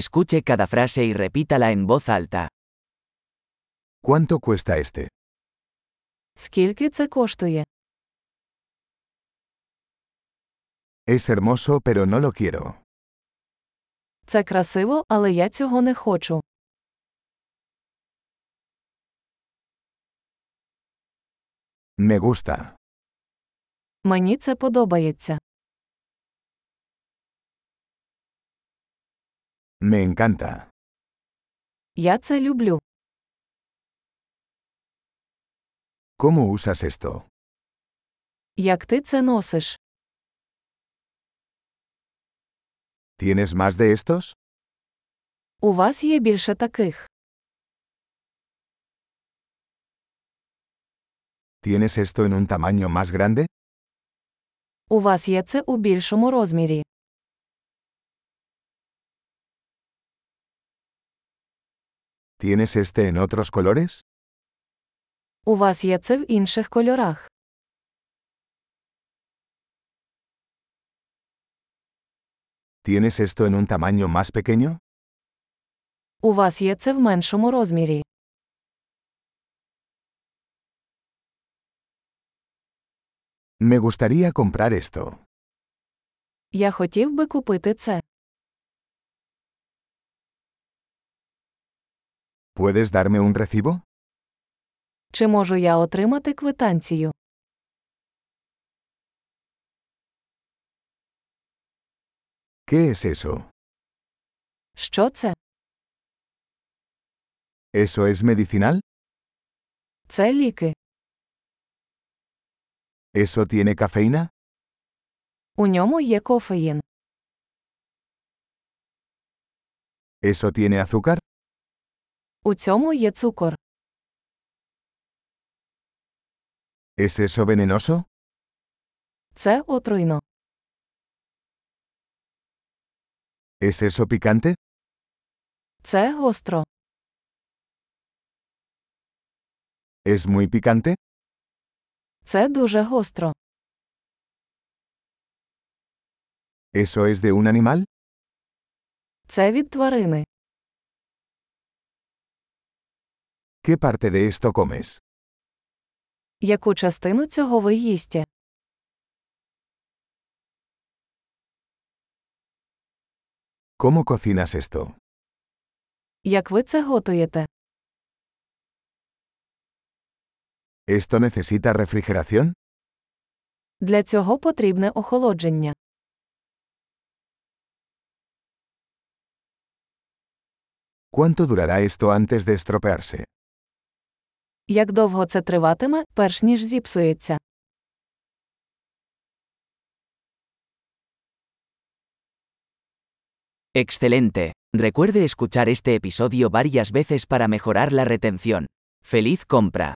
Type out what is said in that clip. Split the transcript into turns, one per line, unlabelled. Escuche cada frase y repítala en voz alta.
Quanto cuesta este?
Скільки це коштує?
Es hermoso pero no lo quiero.
Це красиво, але я цього не хочу.
Me gusta.
Мені це подобається.
Me encanta.
Я це люблю.
¿Cómo usas esto?
Як ти це носиш?
¿Tienes más de estos?
У вас є більше таких.
¿Tienes esto en un tamaño más grande?
У вас є це у більшому розмірі.
¿Tienes este en otros colores?
У вас є це в інших кольорах.
¿Tienes esto en un tamaño más pequeño?
У вас є це в меншому розмірі.
Me gustaría comprar esto.
Я хотів би купити це.
¿Puedes darme un recibo?
Чи можу я отримати квитанцію?
¿Qué es eso?
Що це?
¿Eso es medicinal?
Це ліки.
¿Eso tiene cafeína?
У ньому є кофеїн.
¿Eso tiene azúcar?
У цьому є цукор.
¿Es eso venenoso?
Це отруйно.
¿Es eso picante?
Це гостро.
¿Es muy picante?
Це дуже гостро.
¿Eso es de un animal?
Це від тварини.
¿Qué parte de esto comes?
Яку частину цього ви їсте?
¿Cómo cocinas esto?
Як ви це готуєте?
¿Esto necesita refrigeración?
Для цього потрібне охолодження.
¿Cuánto durará esto antes de estropearse?
Як довго це триватиме, перш ніж зіпсується?
Excelente. Recuerde escuchar este episodio varias veces para mejorar la retención. ¡Feliz compra!